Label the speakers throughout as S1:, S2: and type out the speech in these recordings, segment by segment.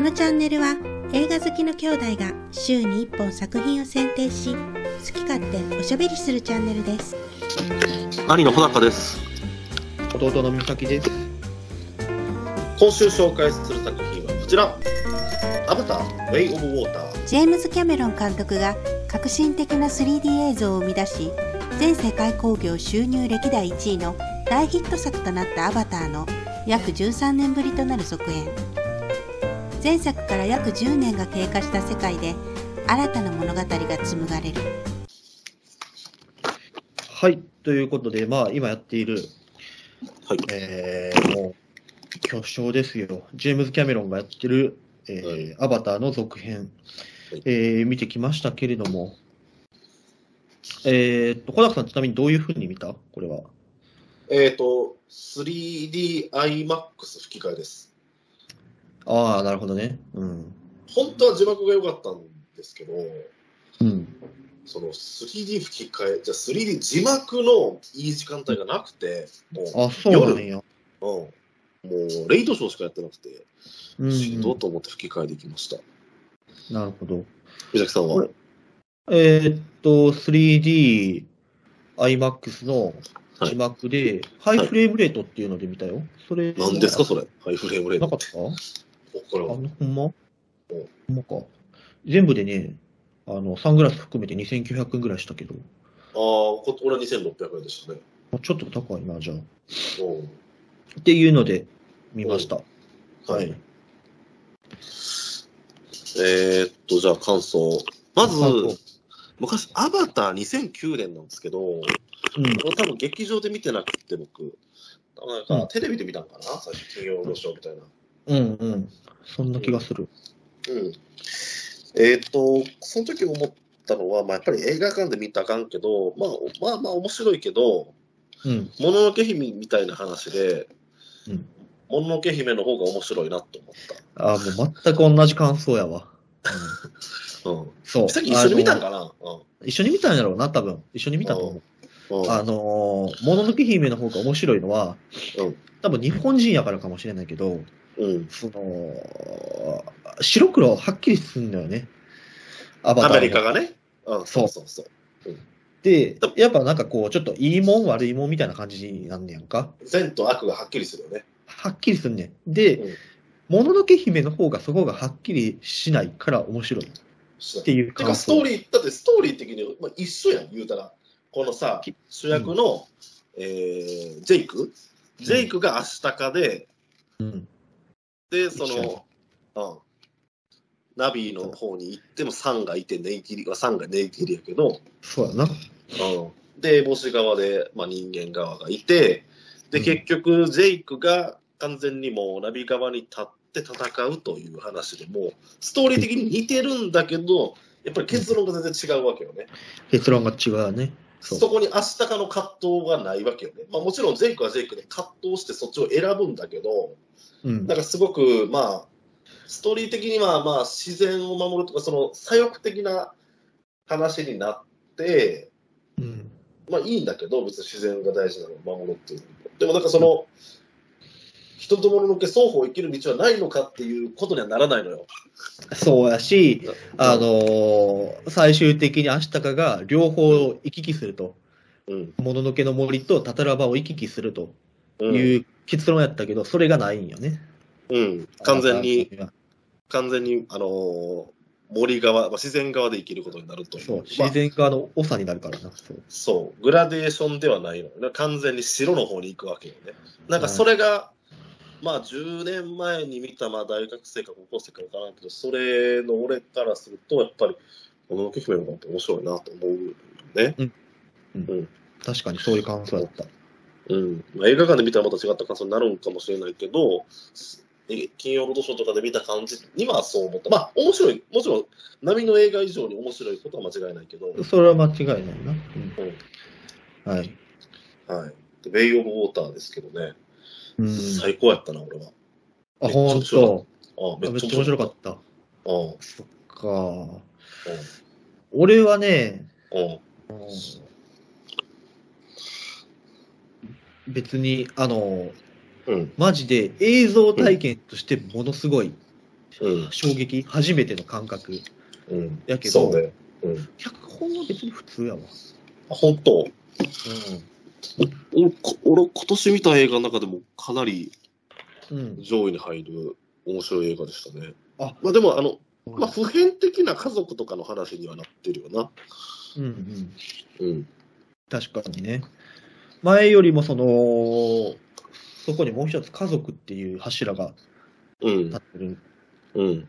S1: のチャンネルは映画好きの兄弟が週に1本作品を選定し、好き勝手おしゃべりするチャンネルです。
S2: 兄の穂高です
S3: 弟の美咲です。
S2: 今週紹介する作品はこちらアバターウェイ・オブ・ウォーター
S1: ジェームズ・キャメロン監督が革新的な 3D 映像を生み出し、全世界興行収入歴代1位の大ヒット作となったアバターの約13年ぶりとなる続編。前作から約10年が経過した世界で、新たな物語が紡がれる。
S3: はい。ということで、まあ、今やっている、
S2: はい
S3: えー、もう、巨匠ですよ。ジェームズ・キャメロンがやってる、えー
S2: はい
S3: アバターの続編
S2: はい、
S3: えー、見てきましたけれども、えー、っと、小高さん、ちなみにどういうふうに見たこれは。
S2: えっ、ー、と 3DIMAX 吹き替えです
S3: ああ、なるほどね。うん。
S2: 本当は字幕が良かったんですけど
S3: うん。
S2: その 3D 吹き替えじゃあ 3D 字幕のいい時間帯がなくても
S3: あ、そうなんや。
S2: う,、うん、もうレイトショーしかやってなくて
S3: うん、
S2: しんどうと思って吹き替えできました
S3: なるほど。
S2: 美咲さん
S3: こ
S2: は
S3: れえーっと、3D IMAX の字幕で、
S2: い
S3: ハイフレームレートっていうので見たよ。それ、
S2: 何ですかそれハイフレームレー
S3: な
S2: ト
S3: かったあ
S2: これは
S3: の、ほんまほんまか。全部でね、あの、サングラス含めて2900円ぐらいしたけど、
S2: ああここれは2600円でしたね
S3: ちょっと高いな、じゃあ。
S2: うん
S3: っていうので見ました。
S2: はい。えーっと、じゃあ感想。まず、昔、アバター2009年なんですけど、こ
S3: うん。
S2: れ多分劇場で見てなくて、僕。なん
S3: う
S2: か
S3: ん
S2: テレビで見たんかな最初、金曜ロードショーみたいな。
S3: うんうん。そんな気がする。
S2: うん。えーっと、その時思ったのは、まあ、やっぱり映画館で見たらあかんけど、まあ、まあまあ面白いけど、
S3: うん。
S2: もののけ姫みたいな話で
S3: うん、
S2: もののけ姫の方が面白いなと思っ
S3: あー、もう全く同じ感想やわ。うん
S2: た。うん。
S3: そう。
S2: さっき一緒に見たん
S3: あの
S2: かなう
S3: 一緒に見たんやろうな、多分。一緒に見たと思う。
S2: ん。うん
S3: あのー、もののけ姫の方が面白いのは、
S2: うん
S3: 多分日本人やからかもしれないけど、
S2: うん。
S3: その、白黒はっきりすんのよね。アバ
S2: ア
S3: ターの
S2: メリカがね。うん、そうそうそう。
S3: で、やっぱなんかこう、ちょっといいもん悪いもんみたいな感じになんねやんか。
S2: 善と悪がはっきりするよね。
S3: はっきりすんねん。で、もののけ姫の方がそこがはっきりしないから面白いって
S2: て
S3: いう
S2: か
S3: 感
S2: ストー
S3: 想。
S2: リー、だってストーリー的に、まあ、一緒やん、言うたら。このさ
S3: き、
S2: 主役の、えージェイクジェイクがアシタカで、
S3: うん。
S2: で、そ
S3: 一緒
S2: の、うん、ナビの方に行ってもサンがいて、ネイキリ、サンがネイキリやけど、
S3: そうやな。
S2: うん、で、帽子側で、まあ、人間側がいて、で、
S3: うん
S2: 結局、ジェイクが完全にもうナビ側に立って戦うという話でもう、ストーリー的に似てるんだけど、 やっぱり結論が全然違うわけよね。
S3: 結論が違うね。そ
S2: そうこにアシタカの葛藤がないわけよね。まあ、もちろん、ジェイクはジェイクで葛藤してそっちを選ぶんだけど、
S3: うん
S2: なん。かすごく、まあ、ストーリー的には、まあ、自然を守るとか、その左翼的な話になって、
S3: うん。
S2: まあいいんだけど、別に自然が大事なのを守ろうっていうのも。でもなんかその、人と物のけ双方生きる道はないのかっていうことにはならないのよ。
S3: そうやし、あ
S2: の、
S3: のー最終的にアシタカが両方を行き来すると、
S2: うん。
S3: もののけの森とタタラバを行き来すると
S2: うん
S3: いう結論やったけど、それがないんよね。
S2: うん完全に、
S3: あなた
S2: 完全に、あのー森側、まあ、自然側で生きることになると
S3: た
S2: いう。
S3: ち
S2: ま
S3: はそう、
S2: あ
S3: 自然側の長になるからな。そう
S2: そう、グラデーションではないのよ。完全に白の方に行くわけよね。なんかそれが、まあ10年前に見た、まあ大学生か高校生かわからんけど、それの俺からすると、やっぱり、もののけ姫の方って面白いなと思うよね。
S3: 確かにそういう感想やった。
S2: うん。まあ、映画館で見たらまた違った感想になるんかもしれないけど、え金曜ロードショーとかで見た感じにはそう思った。まあ面白い、もちろん波の映画以上に面白いことは間違いないけど、
S3: それは間違いないな。うん、はい。
S2: はい。でベイオブウォーターですけどね、
S3: うん、
S2: 最高やったな、俺は。
S3: あ、ほんと。
S2: ああ
S3: めっちゃ面白か
S2: っ
S3: った。
S2: た。うん
S3: そっか。俺はね、
S2: うん
S3: 別に、あのー
S2: うん。
S3: マジで映像体験としてものすごい
S2: うん。
S3: 衝撃、初めての感覚。
S2: うん。
S3: やけど
S2: そうね。うん。
S3: 脚本は別に普通やわ。
S2: あ本当俺、こ俺今年見た映画の中でもかなり
S3: うん。うん。
S2: 上位に入る面白い映画でしたね。
S3: あ
S2: まあでも、あの、まあ普遍的な家族とかの話にはなってるよな。
S3: うんうん。
S2: うん。
S3: 確かにね。前よりもその、そこにもう一つ家族っていう柱が
S2: うん
S3: 立。ってる
S2: うん。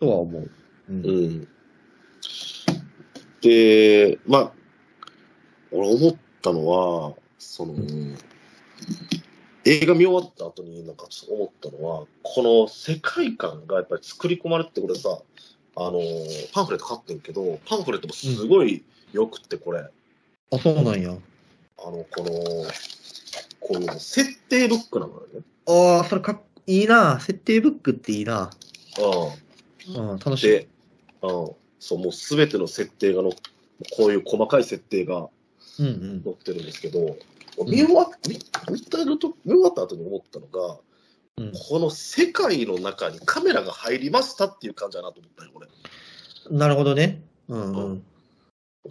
S3: とは思う。うん
S2: うん。で、まあ、俺思ったのは、その、
S3: う
S2: 映画見終わった後になんかちょっと思ったのは、この世界観がやっぱり作り込まれてて、これさ、あの、パンフレット買ってんけど、パンフレットもすごい良くって、これ、
S3: あ、そうなんや。
S2: あの、この、こういうの設定ブックなのよね。
S3: ああ、それかっいいな。設定ブックっていいな。
S2: うん。
S3: うん、楽しい。
S2: で、うん、そう、もうすべての設定がの、こういう細かい設定が
S3: うんうん。
S2: 載ってるんですけど、
S3: ん
S2: 見終わっ見見たのと見終わった後に思ったのが、
S3: うん
S2: この世界の中にカメラが入りましたっていう感じだなと思ったよ、これ。
S3: なるほどね。うんう。
S2: うん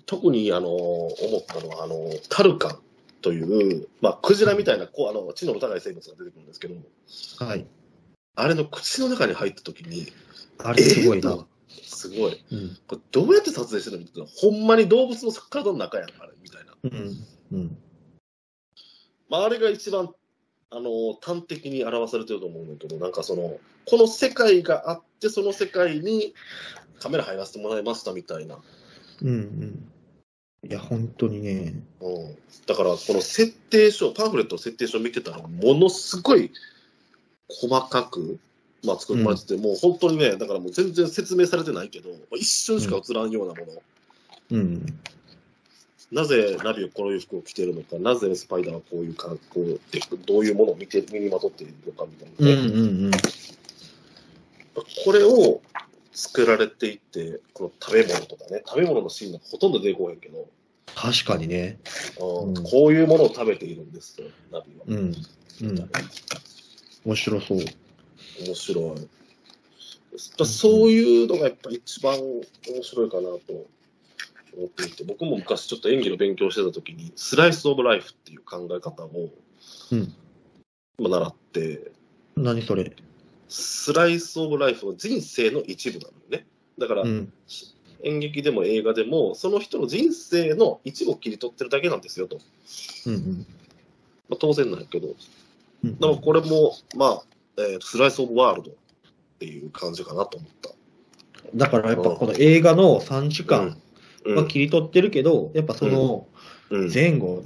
S2: 特に、あのー思ったのは、あのータルカンという、まあ、クジラみたいな、こう、あの、知能の高い生物が出てくるんですけど、
S3: はい。
S2: あれの口の中に入った時に、
S3: あれすごいな。
S2: えーすごい、
S3: うん。
S2: これどうやって撮影してるのみたいな、ほんまに動物の体の中やん、あれ、みたいな。
S3: うん。うん。
S2: まあ、あれが一番あの端的に表されてると思うんだけど、なんかその、この世界があって、その世界にカメラ入らせてもらいましたみたいな、
S3: うんうん。いや、本当にね。
S2: うん、だからこの設定書、パンフレットの設定書見てたら、ものすごい細かく、まあ、作られてて、もう本当にね、だからもう全然説明されてないけど、一瞬しか映らんようなもの、
S3: うん。
S2: なぜナビはこういう服を着てるのか、なぜスパイダーはこういう格好で、どういうものを見て身にまとっているのかみたいな
S3: うん
S2: ね。
S3: うんうん。
S2: これを作られていって、この食べ物とかね、食べ物のシーンがほとんど出てこへんけど、
S3: 確かにね。
S2: うん
S3: うん
S2: こういうものを食べているんですよ、ナビは。
S3: うん。うん。面白そう。
S2: 面白い。だからそういうのがやっぱ一番面白いかなと思っていて、僕も昔ちょっと演技の勉強してた時に、スライス・オブ・ライフっていう考え方を
S3: うん
S2: まあ習って、
S3: 何それ。
S2: スライス・オブ・ライフは人生の一部なのよね。だから、
S3: うん。
S2: 演劇でも映画でもその人の人生の一部を切り取ってるだけなんですよと、
S3: うん
S2: まあ、当然なんやけど
S3: うん。うん
S2: だからこれもまあ、えースライス・オブ・ワールドっていう感じかなと思った
S3: だからやっぱこの映画の3時間
S2: うん
S3: は切り取ってるけど、やっぱその
S2: うん
S3: 前後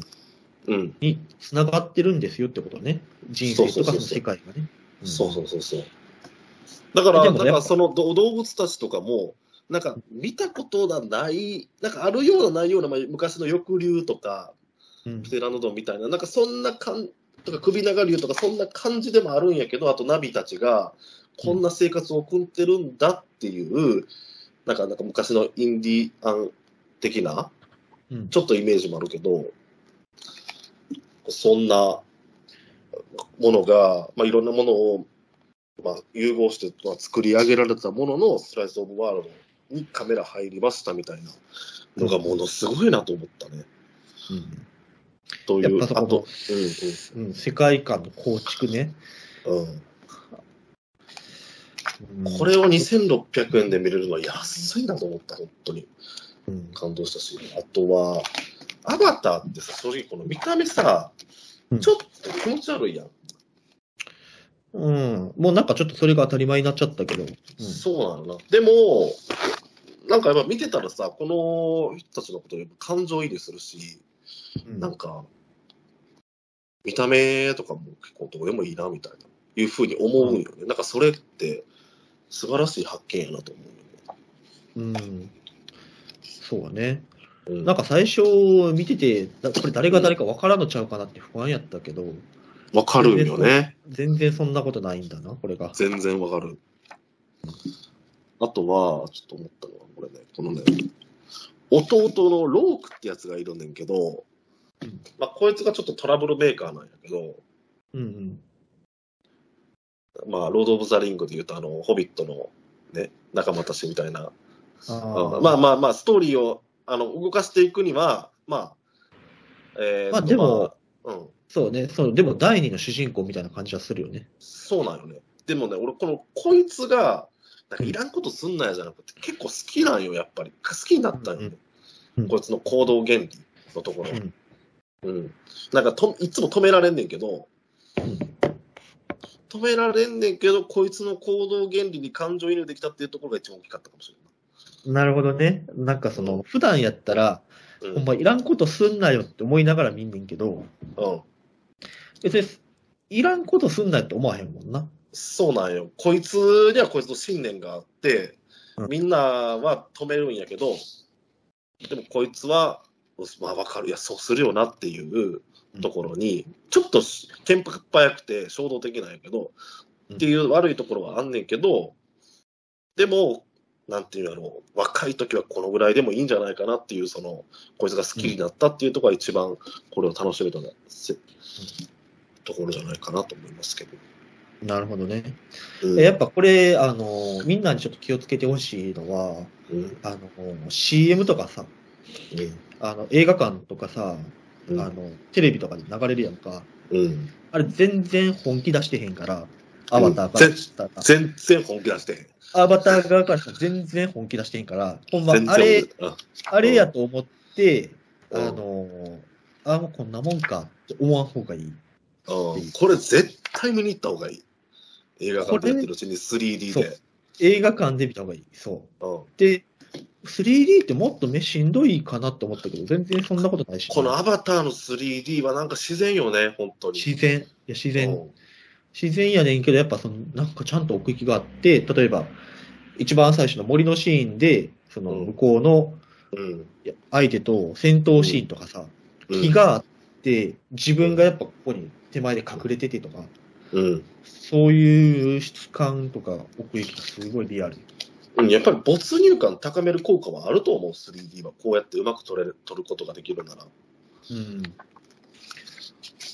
S2: うん
S3: に繋がってるんですよってことね。人生とか
S2: そうそうそうそ
S3: そうの世界がね。ん
S2: そうそうそうそうだから
S3: で
S2: な
S3: も
S2: ん
S3: やっ
S2: か
S3: ぱ
S2: そのど動物たちとかもなんか見たことがないなんかあるようなないような、まあ、昔の翼竜とか
S3: うん
S2: プテラノドンみたいな、なんかそんな感とか首長竜とかそんな感じでもあるんやけど、あとナビたちがこんな生活を送ってるんだっていう、なんかなんか昔のインディアン的な、
S3: うん
S2: ちょっとイメージもあるけど、そんなものが、まあ、いろんなものを、まあ、融合して、まあ、作り上げられたもののスライス・オブ・ワールドにカメラ入りましたみたいなのがものすごいなと思ったね。
S3: うん
S2: とい
S3: やっ
S2: う、
S3: ぱ
S2: あ
S3: そこの
S2: と、
S3: うん、世界観の構築ね。
S2: うんうんうん
S3: うん
S2: これを2600円で見れるのは安いなと思った、本当に。
S3: うん
S2: 感動したし、あとは、アバターってさ、正直この見た目さ
S3: う、ん
S2: ちょっと気持ち悪いやん。
S3: うん。もうなんかちょっとそれが当たり前になっちゃったけど。うん
S2: そうなのな。でも、なんかやっぱ見てたらさ、この人たちのことをやっぱ感情移入するし、
S3: うん
S2: なんか、見た目とかも結構どうでもいいなみたいな、いうふうに思うんよね。なんかそれって素晴らしい発見やなと思うよね。
S3: うん。そうね。
S2: うん
S3: なんか最初見てて、だこれ誰が誰か分からんのちゃうかなって不安やったけど、
S2: わかるんよね。
S3: 全然そんなことないんだな、これが。
S2: 全然わかる。あとは、ちょっと思ったのは、これね、このね、弟のロークってやつがいるねんけど
S3: うん、
S2: まあ、こいつがちょっとトラブルメーカーなんやけど、
S3: うん
S2: まあ、ロード・オブ・ザ・リングで言うと、あの、ホビットのね、仲間たちみたいな。
S3: あー
S2: まあまあまあ、ストーリーをあの動かしていくには、まあ、えー
S3: まあでも、
S2: まあうん、
S3: そうね、そう、でも第二の主人公みたいな感じはするよね。
S2: そうなんよね。でもね、俺、この、こいつが、なんかいらんことすんなやじゃなくて、結構好きなんよ、やっぱり。好きになったんよ、ね
S3: うんうん
S2: こいつの行動原理のところ。
S3: うん
S2: うん。なんかと、いつも止められんねんけど、止められんねんけど、こいつの行動原理に感情移入できたっていうところが一番大きかったかもし
S3: なるほどね。なんかその、普段やったら、
S2: れん
S3: ほ
S2: ない。
S3: んまいらんことすんなよって思いながら見んねんけど、
S2: うん。うん。
S3: 別に、いらんことすんなよって思わへんもんな。
S2: そうなんよ。こいつにはこいつの信念があって
S3: う、ん
S2: みんなは止めるんやけど、でもこいつは、まあわかる、いや、そうするよなっていうところに、ちょっとしテンポが早くて衝動的なんやけど、
S3: うん
S2: っていう悪いところはあんねんけど、でも、なんていうんやろう、若い時はこのぐらいでもいいんじゃないかなっていう、その、こいつが好きになったっていうところが一番これを楽しめたなせところじゃないかなと思いますけど。
S3: なるほどね。
S2: うん
S3: えやっぱこれ、あの、みんなにちょっと気をつけてほしいのは、
S2: うん
S3: あの、CM とかさ、あの、映画館とかさ、
S2: う
S3: あ
S2: ん
S3: の、テレビとかで流れるやんか。
S2: うん、
S3: あれ全然本気出してへんから、アバターからしたら、
S2: 全然本気出してへん。
S3: アバター側からしたら全然本気出してへんから、ほんま
S2: 全、然
S3: あれ、
S2: 本
S3: あれやと思って、
S2: う
S3: あ
S2: ん
S3: のー、あ、もうこんなもんかって思わん方がいい。
S2: 気うんこれ絶対見に行った方がいい。映画館でやってるうちに 3D
S3: そ
S2: で
S3: う。映画館で見た方がいい。そうう。で、3D ってもっと目しんどいかなと思ったけど、全然そんなことないし。
S2: ん、このアバターの 3D はなんか自然よね、本当に。
S3: 自然。いや、自
S2: う
S3: 然。
S2: ん
S3: 自然やねんけど、やっぱその、なんかちゃんと奥行きがあって、例えば、一番最初の森のシーンで、その
S2: うん
S3: 向こうの
S2: うん。
S3: 相手と戦闘シーンとかさ、
S2: うん
S3: 気、があって、自分がやっぱここに手前で隠れててとか、
S2: うん
S3: そういう質感とか奥行きがすごいリアル。
S2: うん。やっぱり没入感高める効果はあると思う、3D は。こうやってうまく撮れる撮ることができるなら。
S3: うん。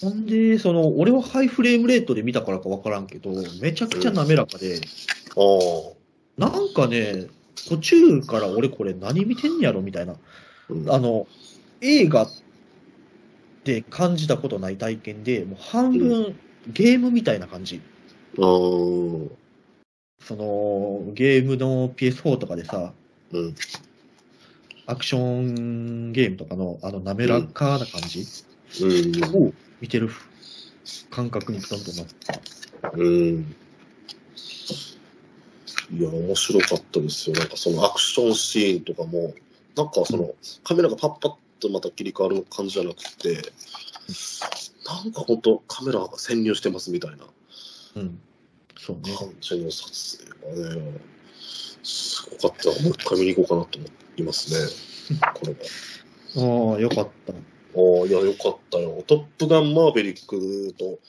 S3: ほんで、その、俺はハイフレームレートで見たからかわからんけど、めちゃくちゃ滑らかで、
S2: おー
S3: なんかね、途中から俺これ何見てんやろみたいな。
S2: うん
S3: あの、映画で感じたことない体験で、もう半分ゲームみたいな感じ。
S2: うん
S3: その、ゲームの PS4 とかでさ、
S2: うん
S3: アクションゲームとかのあの滑らかな感じ
S2: うん
S3: を見てる感覚にどんどんなってた。
S2: うんいや、面白かったですよ。なんかそのアクションシーンとかも、なんかそのカメラがパッパッとまた切り替わる感じじゃなくて、なんか本当カメラが潜入してますみたいな
S3: うん。そうね。
S2: 感じの撮影がね、すごかった。もう一回見に行こうかなと思いますね。これは。
S3: ああ、よかった。
S2: ああ、いや、よかったよ。トップガンマーベリックと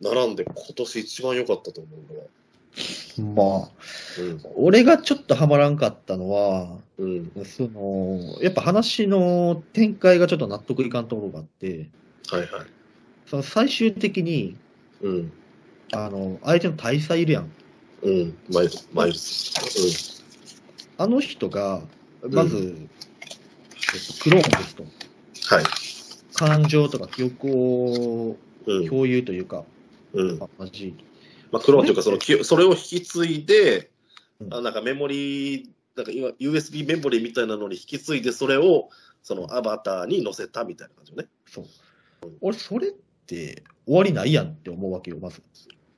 S2: 並んで今年一番良かったと思うのは。
S3: まあ、
S2: うん。
S3: 俺がちょっとハマらんかったのは、
S2: うん。
S3: その、やっぱ話の展開がちょっと納得いかんところがあって、
S2: はいはい。
S3: その最終的に、
S2: うん。
S3: あの、相手の大佐いるやん。
S2: うん。マイルズ。マイルズ。
S3: あの人が、まず、えっとクローンですと。
S2: うん。はい。
S3: 感情とか記憶を
S2: うん。
S3: 共有というか、
S2: うん。ま
S3: 同じ。
S2: あ、クローンというか、その記憶、それを引き継いで、
S3: うん
S2: あなんかメモリー、なんか今 USB メモリーみたいなのに引き継いで、それを、そのアバターに載せたみたいな感じよね。
S3: そう。俺、それって終わりないやんって思うわけよ、まず。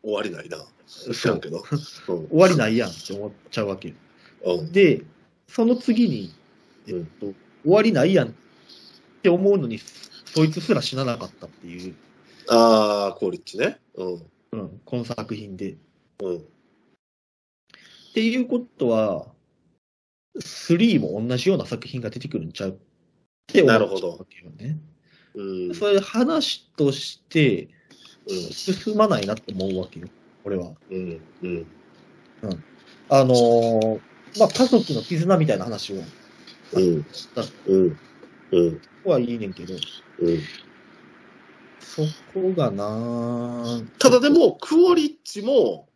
S2: 終わりないな。知
S3: そ
S2: らん
S3: う。
S2: けど。うん
S3: 終わりないやんって思っちゃうわけよ。
S2: うん。
S3: で、その次に、え
S2: うん
S3: っと、終わりないやんって思うのに、そいつすら死ななかったっていう、
S2: ああ、コーリッチね。うん。
S3: うん、この作品で。っ
S2: うん。
S3: ていうことは、3も同じような作品が出てくるんちゃうって思っちゃうわけよね。
S2: うん。
S3: それ話として
S2: うん
S3: 進まないなって思うわけよ、俺は。
S2: うん。うん。
S3: あのーまあ、家族の絆みたいな話を
S2: うん。うん。うん。
S3: はいいねんけど、
S2: うん。
S3: そこがなぁ
S2: ただでも、クオリッチも、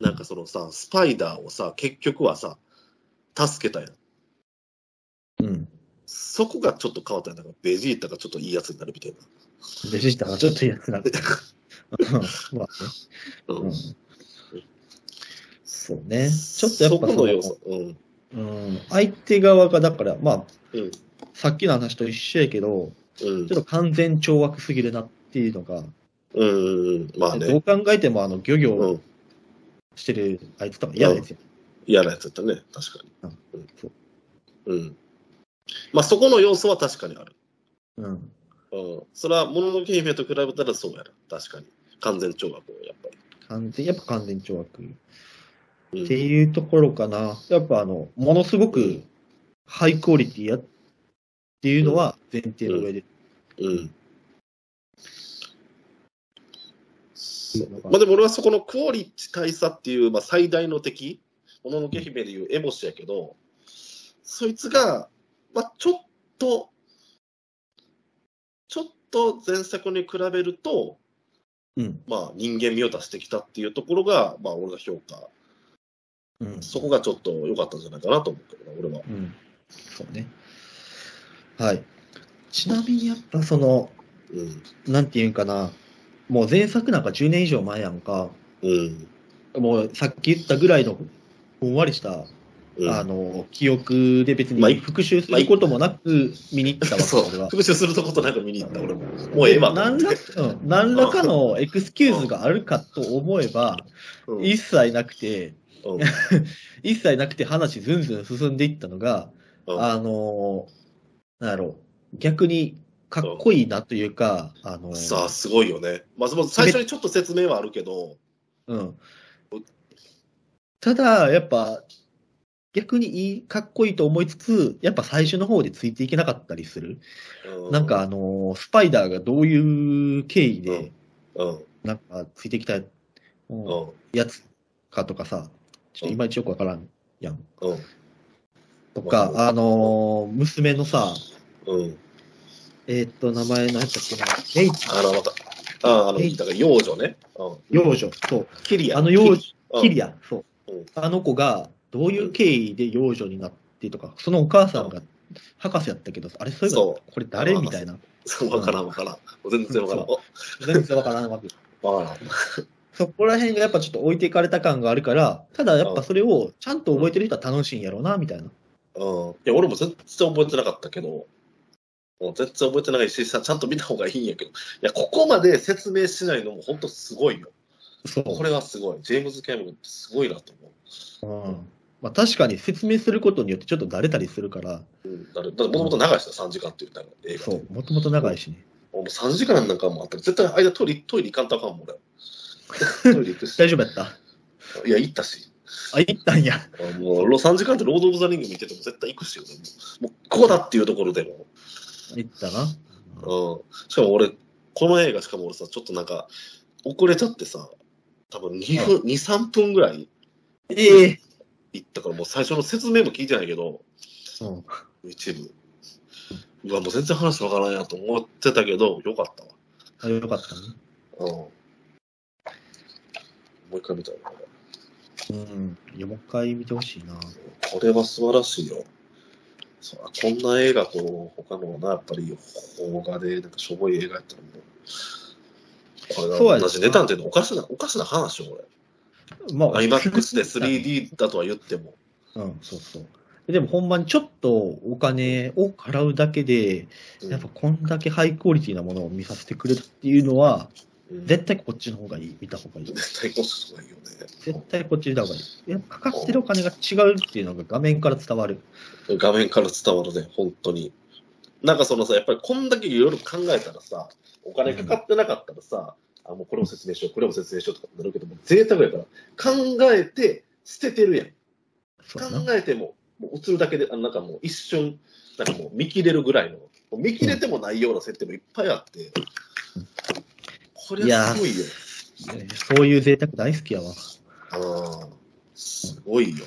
S2: なんかそのさ、スパイダーをさ、結局はさ、助けたやん。
S3: うん。
S2: そこがちょっと変わったやん。なんかベジータがちょっといいやつになるみたい
S3: ベジータがちょっといいやつな んで。うんまあ
S2: な。う
S3: ね。うんん。そうね。ちょっとやっぱ
S2: そこの要素。うん。
S3: うん、相手側が、だから、まあ、
S2: うん。
S3: さっきの話と一緒やけど、
S2: うん
S3: ちょっと完全懲悪すぎるなっていうのが、
S2: うんうんうん。まあ
S3: ど
S2: ね
S3: う。考えても、あの、漁業
S2: う
S3: を
S2: ん。
S3: してるあいつとか嫌ですよ。
S2: 嫌なやつだったね。確かに。
S3: そう
S2: うん。うん。まあそこの要素は確かにある。
S3: うん。
S2: うん。それは、もののけ姫と比べたらそうやな。確かに。完全懲悪やっぱ
S3: 完全、やっぱ完全懲悪。
S2: り。うん
S3: っていうところかな。やっぱあの、ものすごくハイクオリティやっていうのは前提の上で。
S2: うん。
S3: なんか
S2: まあでも俺はそこのクオリティ大差っていう、まあ、最大の敵、もののけ姫でいうエボシやけど、そいつが、まあ、ちょっと、ちょっと前作に比べると、
S3: うん。
S2: まあ、人間味を出してきたっていうところが、まあ、俺の評価、
S3: うん。
S2: そこがちょっと良かったんじゃないかなと思うけどな、俺は。
S3: うん。そうね。はい。ちなみにやっぱその、
S2: うん。
S3: なんていうんかな、もう前作なんか10年以上前やんか、
S2: うん。
S3: もうさっき言ったぐらいのふんわりした、
S2: うん、
S3: あの、記憶で別
S2: まあ
S3: に
S2: い
S3: 復習することもなく見に行ったわけ
S2: そ
S3: よ
S2: う、
S3: 俺は。
S2: 復習するとことなく見に行った、俺も。もうええわ。
S3: 何らうん何らかのエクスキューズがあるかと思えば、
S2: うん
S3: 一切なくて、
S2: うん
S3: 一切なくて話ずんずん進んでいったのが、
S2: うん
S3: あのーなんやろう、逆にかっこいいなというか、あのー
S2: さあ、すごいよね。まあ、その最初にちょっと説明はあるけど、
S3: うん。ただ、やっぱ、逆にいい、かっこいいと思いつつ、やっぱ最初の方でついていけなかったりする。
S2: う
S3: なんか、あ、のースパイダーがどういう経緯で、
S2: うん、
S3: なんかついてきた、うん
S2: うん、
S3: やつかとかさ、ちょっといまいちよくわからんやん。
S2: うん、
S3: とか、あのー娘のさ、
S2: うん。
S3: えーっと、名前何やったっけな、レイ
S2: あの、また、ああの、だから幼女ね。うん。
S3: 幼女、そう、
S2: キリア。
S3: あの幼女、
S2: うん
S3: キリア、そう
S2: うん。
S3: あの子が、どういう経緯で幼女になってとか、そのお母さんが博士やったけど、あれ、そういえば、
S2: そ
S3: これ誰みたいな。
S2: そう、わからんわからん。全然わからん。
S3: 全然わからんわけ。
S2: おわからん。
S3: そこら辺がやっぱちょっと置いていかれた感があるから、ただやっぱそれをちゃんと覚えてる人は楽しいんやろうな、みたいな。
S2: うん。いや、俺も全然覚えてなかったけど、もう全然覚えてないし、さ、ちゃんと見た方がいいんやけど、いや、ここまで説明しないのも本当すごいよ。
S3: そう。
S2: これはすごい。ジェームズ・キャメロンってすごいなと思う。
S3: うんまあ、確かに説明することによってちょっとだれたりするから、
S2: うん、だって、もともと長いした3時間って言ったら映画で
S3: そう、もともと長いしね。
S2: もう3時間なんかもあったら、絶対間トイレ、トイレ行かんとあかんもん、 俺。トイレ行くし。
S3: 大丈夫やった
S2: いや、行ったし。
S3: あ、行ったんや。
S2: もう、3時間ってロード・オブ・ザ・リング見てても絶対行くし、俺もう、もうここだっていうところでも。
S3: 行ったな。
S2: うん。しかも俺、この映画、しかも俺さ、ちょっとなんか、遅れちゃってさ、多分2分、2、3分ぐらい
S3: ええ
S2: 行ったから、もう最初の説明も聞いてないけど、
S3: うん。
S2: 一部。うわ、もう全然話わからんやと思ってたけど、よかったわ。
S3: あ、よかったね。
S2: うん。もう一回見たら、
S3: うん。いやもう一回見てほしいな。
S2: これは素晴らしいよ。そうあこんな映画と、他のな、やっぱり邦画で、なんかしょぼい映画やったらもう、これ
S3: そうや
S2: が
S3: ね
S2: 同じ値段っていうのはおかしな、おかしな話よ、
S3: ま
S2: これ。IMAX で 3D だとは言っても。
S3: うん、そうそう。でもほんまにちょっとお金を払うだけで、
S2: うん
S3: やっぱこんだけハイクオリティなものを見させてくれるっていうのは、
S2: うん
S3: 絶対こっちの方がいい。見た方がいい。
S2: 絶対こそがいいよね。
S3: 絶対こっち見た方がいい。やっぱかかってるお金が違うっていうのが画面から伝わる。
S2: 画面から伝わるね、本当に。なんかそのさ、やっぱりこんだけいろいろ考えたらさ、お金かかってなかったらさ、あもうこれも説明しよう、これも説明しようとかなるけど、もう贅沢やから、考えて捨ててるやん。
S3: そうやな。
S2: 考えても、もう映るだけで、あなんかもう一瞬、なんかもう見切れるぐらいの、もう見切れてもないような設定もいっぱいあって、これはすごいよ。
S3: いやそういう贅沢大好きやわ。
S2: あーすごいよ。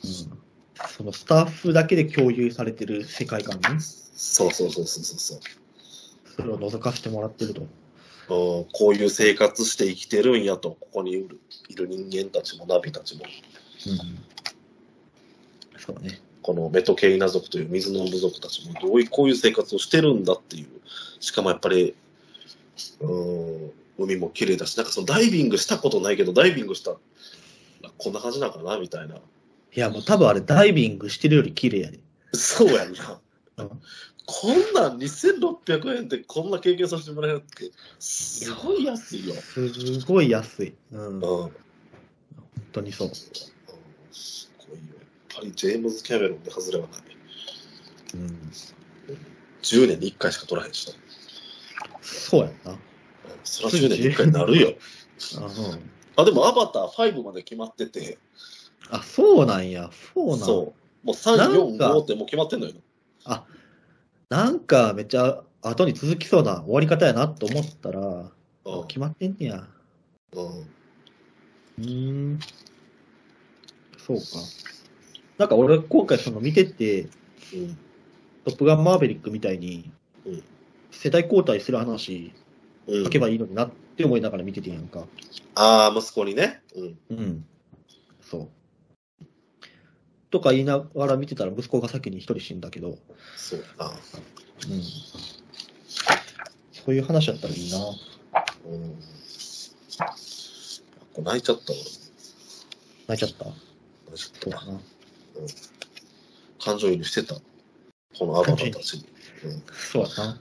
S3: そのスタッフだけで共有されてる世界観ね、
S2: そうそうそうそうそうそう。
S3: それを覗かせてもらってると。
S2: こういう生活して生きてるんやと、ここにいるいる人間たちもナビたちも、
S3: うん、そうね。
S2: このメトケイナ族という水の部族たちも、どういう、こういう生活をしてるんだっていう。しかもやっぱり、うん、海も綺麗だし、なんかそのダイビングしたことないけど、ダイビングしたらこんな感じなんかなみたいな。
S3: いや、もう多分あれ、ダイビングしてるより綺麗やで。
S2: そうやんな
S3: うん。
S2: こんなん2600円でこんな経験させてもらえるって、すごい安いよ。
S3: すごい安い。うん、本
S2: うん。
S3: 当にそう。
S2: すごいよ。やっぱりジェームズ・キャメロンで外れはない。
S3: うん、
S2: 10年に1回しか取らへんしな。
S3: そうやんな。
S2: うんそら10年に1回になるよ。
S3: あ,、うん、
S2: あ、でもアバター5まで決まってて、
S3: あ、そうなんや。そうなん
S2: そう。もう3、4、
S3: なんか
S2: 5ってもう決まってんのよ。
S3: あ、なんかめっちゃ後に続きそうな終わり方やなと思ったら、
S2: うん
S3: 決まってんねや。
S2: うん。
S3: うーん。そうか。なんか俺今回その見てて、
S2: うん。
S3: トップガンマーベリックみたいに
S2: うん、
S3: 世代交代する話
S2: うん
S3: 書けばいいのになって思いながら見ててんやんか。
S2: ああ、息子にね。うん。
S3: うん。そう。とか言いながら見てたら息子が先に一人死んだけど、
S2: そうやな。
S3: うん。そういう話だったらいいな。
S2: うん。これ泣いちゃった俺。
S3: 泣いちゃった
S2: 泣いち
S3: そ
S2: ゃ
S3: う
S2: った
S3: かな。
S2: 感情移入してた。このアバターたちに。
S3: そうだな。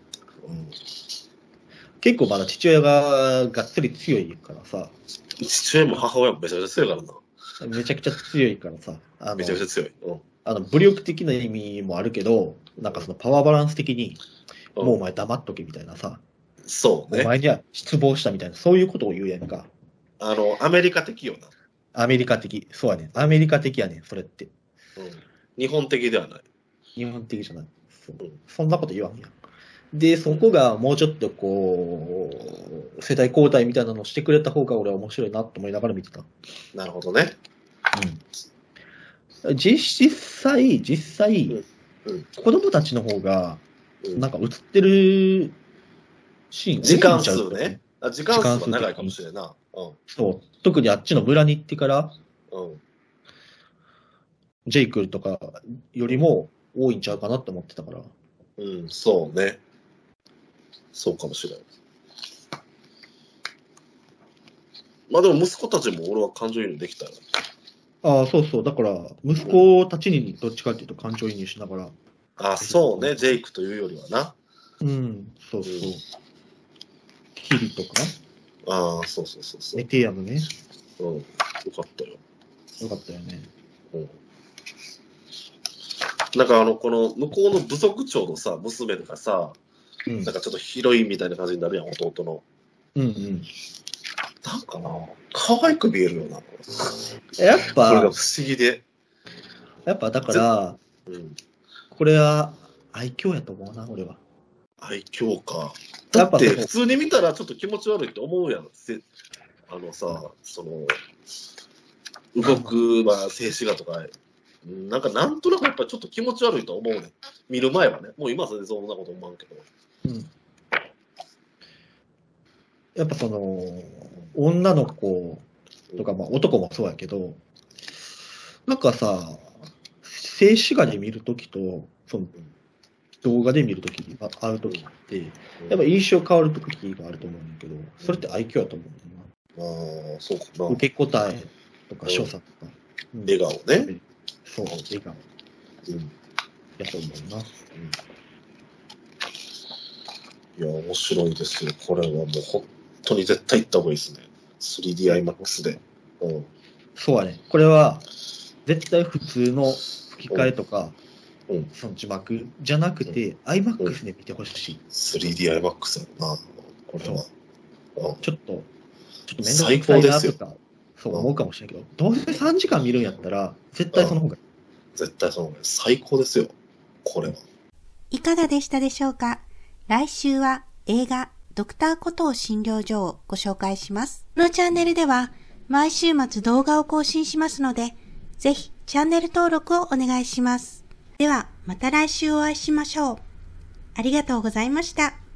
S2: うん。
S3: 結構まだ父親ががっつり強いからさ、
S2: 父親も母親もめちゃめちゃ強いからな。
S3: めちゃくちゃ強いからさ、あ
S2: め
S3: の
S2: ちゃめちゃ強い。うん。
S3: あの武力的な意味もあるけど、なんかそのパワーバランス的に、
S2: うん
S3: もうお前黙っとけみたいなさ、
S2: そう
S3: お
S2: ね。
S3: 前には失望したみたいな、そういうことを言うやんか。
S2: あの、アメリカ的よな。
S3: アメリカ的、そうやねんアメリカ的やねんそれって。
S2: うん。日本的ではない。
S3: 日本的じゃない。そう
S2: うん
S3: そんなこと言わんやん。で、そこがもうちょっとこう、世代交代みたいなのをしてくれた方が俺は面白いなと思いながら見てた。
S2: なるほどね。
S3: うん、実実際、実際、
S2: うんうん
S3: 子供たちの方
S2: う
S3: が、
S2: ん
S3: なんか映ってるシーン
S2: 時間
S3: 多いん
S2: 数
S3: ちゃう
S2: ね。。あ時間数は長いかもしれんな。うん。
S3: そう。特にあっちの村に行ってから、
S2: うん。
S3: ジェイクとかよりも多いんちゃうかなって思ってたから。
S2: うん、そうね。そうかもしれない。まあでも息子たちも俺は感情移入できたよ。
S3: ああ、そうそう。だから、息子たちにどっちかっていうと感情移入しながら。
S2: あ、そうね、ジェイクというよりはな。
S3: うん、そうそう
S2: うん。
S3: キリとか、
S2: ああ、そうそうそうそ
S3: メティアムね。
S2: う。うん、よかったよ。
S3: よかったよね。
S2: うん。なんかあの、この向こうの部族長のさ、娘とかさ、
S3: うん
S2: なんかちょっとヒロインみたいな感じになるやん、弟の。
S3: うんうん。
S2: なんかな、可愛く見えるよな。こ
S3: やっ
S2: れが不
S3: ぱ
S2: 思、議で。
S3: やっぱだから、
S2: うん。
S3: これは愛嬌やと思うな、俺は。
S2: 愛嬌か。だ
S3: やっ
S2: っ
S3: ぱ
S2: て
S3: でも
S2: 普通に見たらちょっと気持ち悪いって思うやん。せあのさ、その、動く、まあ、静止画とか、うんなんかなんとなくやっぱちょっと気持ち悪いと思うねん。見る前はね。もう今は全然そんなこと思わんけど。
S3: うん。やっぱその、女の子とか、まあ男もそうやけど、なんかさ、静止画で見るときと、その、動画で見るとき、あ会うときって、やっぱ
S2: い
S3: 印象変わるときがあると思うんだけど、それって愛嬌やと思うんだよ
S2: ああ、そうか
S3: な。
S2: な。
S3: 受け答えとか、所作とか。うん
S2: 笑顔ね。
S3: そう、笑顔
S2: うん
S3: やと思うな。
S2: いや、面白いですよ。これはもう本当に絶対行った方がいいですね。3DIMAX で。うん。
S3: そうやね。これは、絶対普通の吹き替えとか、
S2: うんうん
S3: その字幕じゃなくて、IMAX で見てほしい。
S2: 3DIMAX だな。これは。うん
S3: ちょっと、ちょっと面倒くさいなとか、そう思うかもしれんけど、どうせ3時間見るんやったら、絶対その方がいい。
S2: 絶対その方がいい最高ですよ。これは。
S1: いかがでしたでしょうか来週は映画ドクターコトー診療所をご紹介します。このチャンネルでは毎週末動画を更新しますので、ぜひチャンネル登録をお願いします。ではまた来週お会いしましょう。ありがとうございました。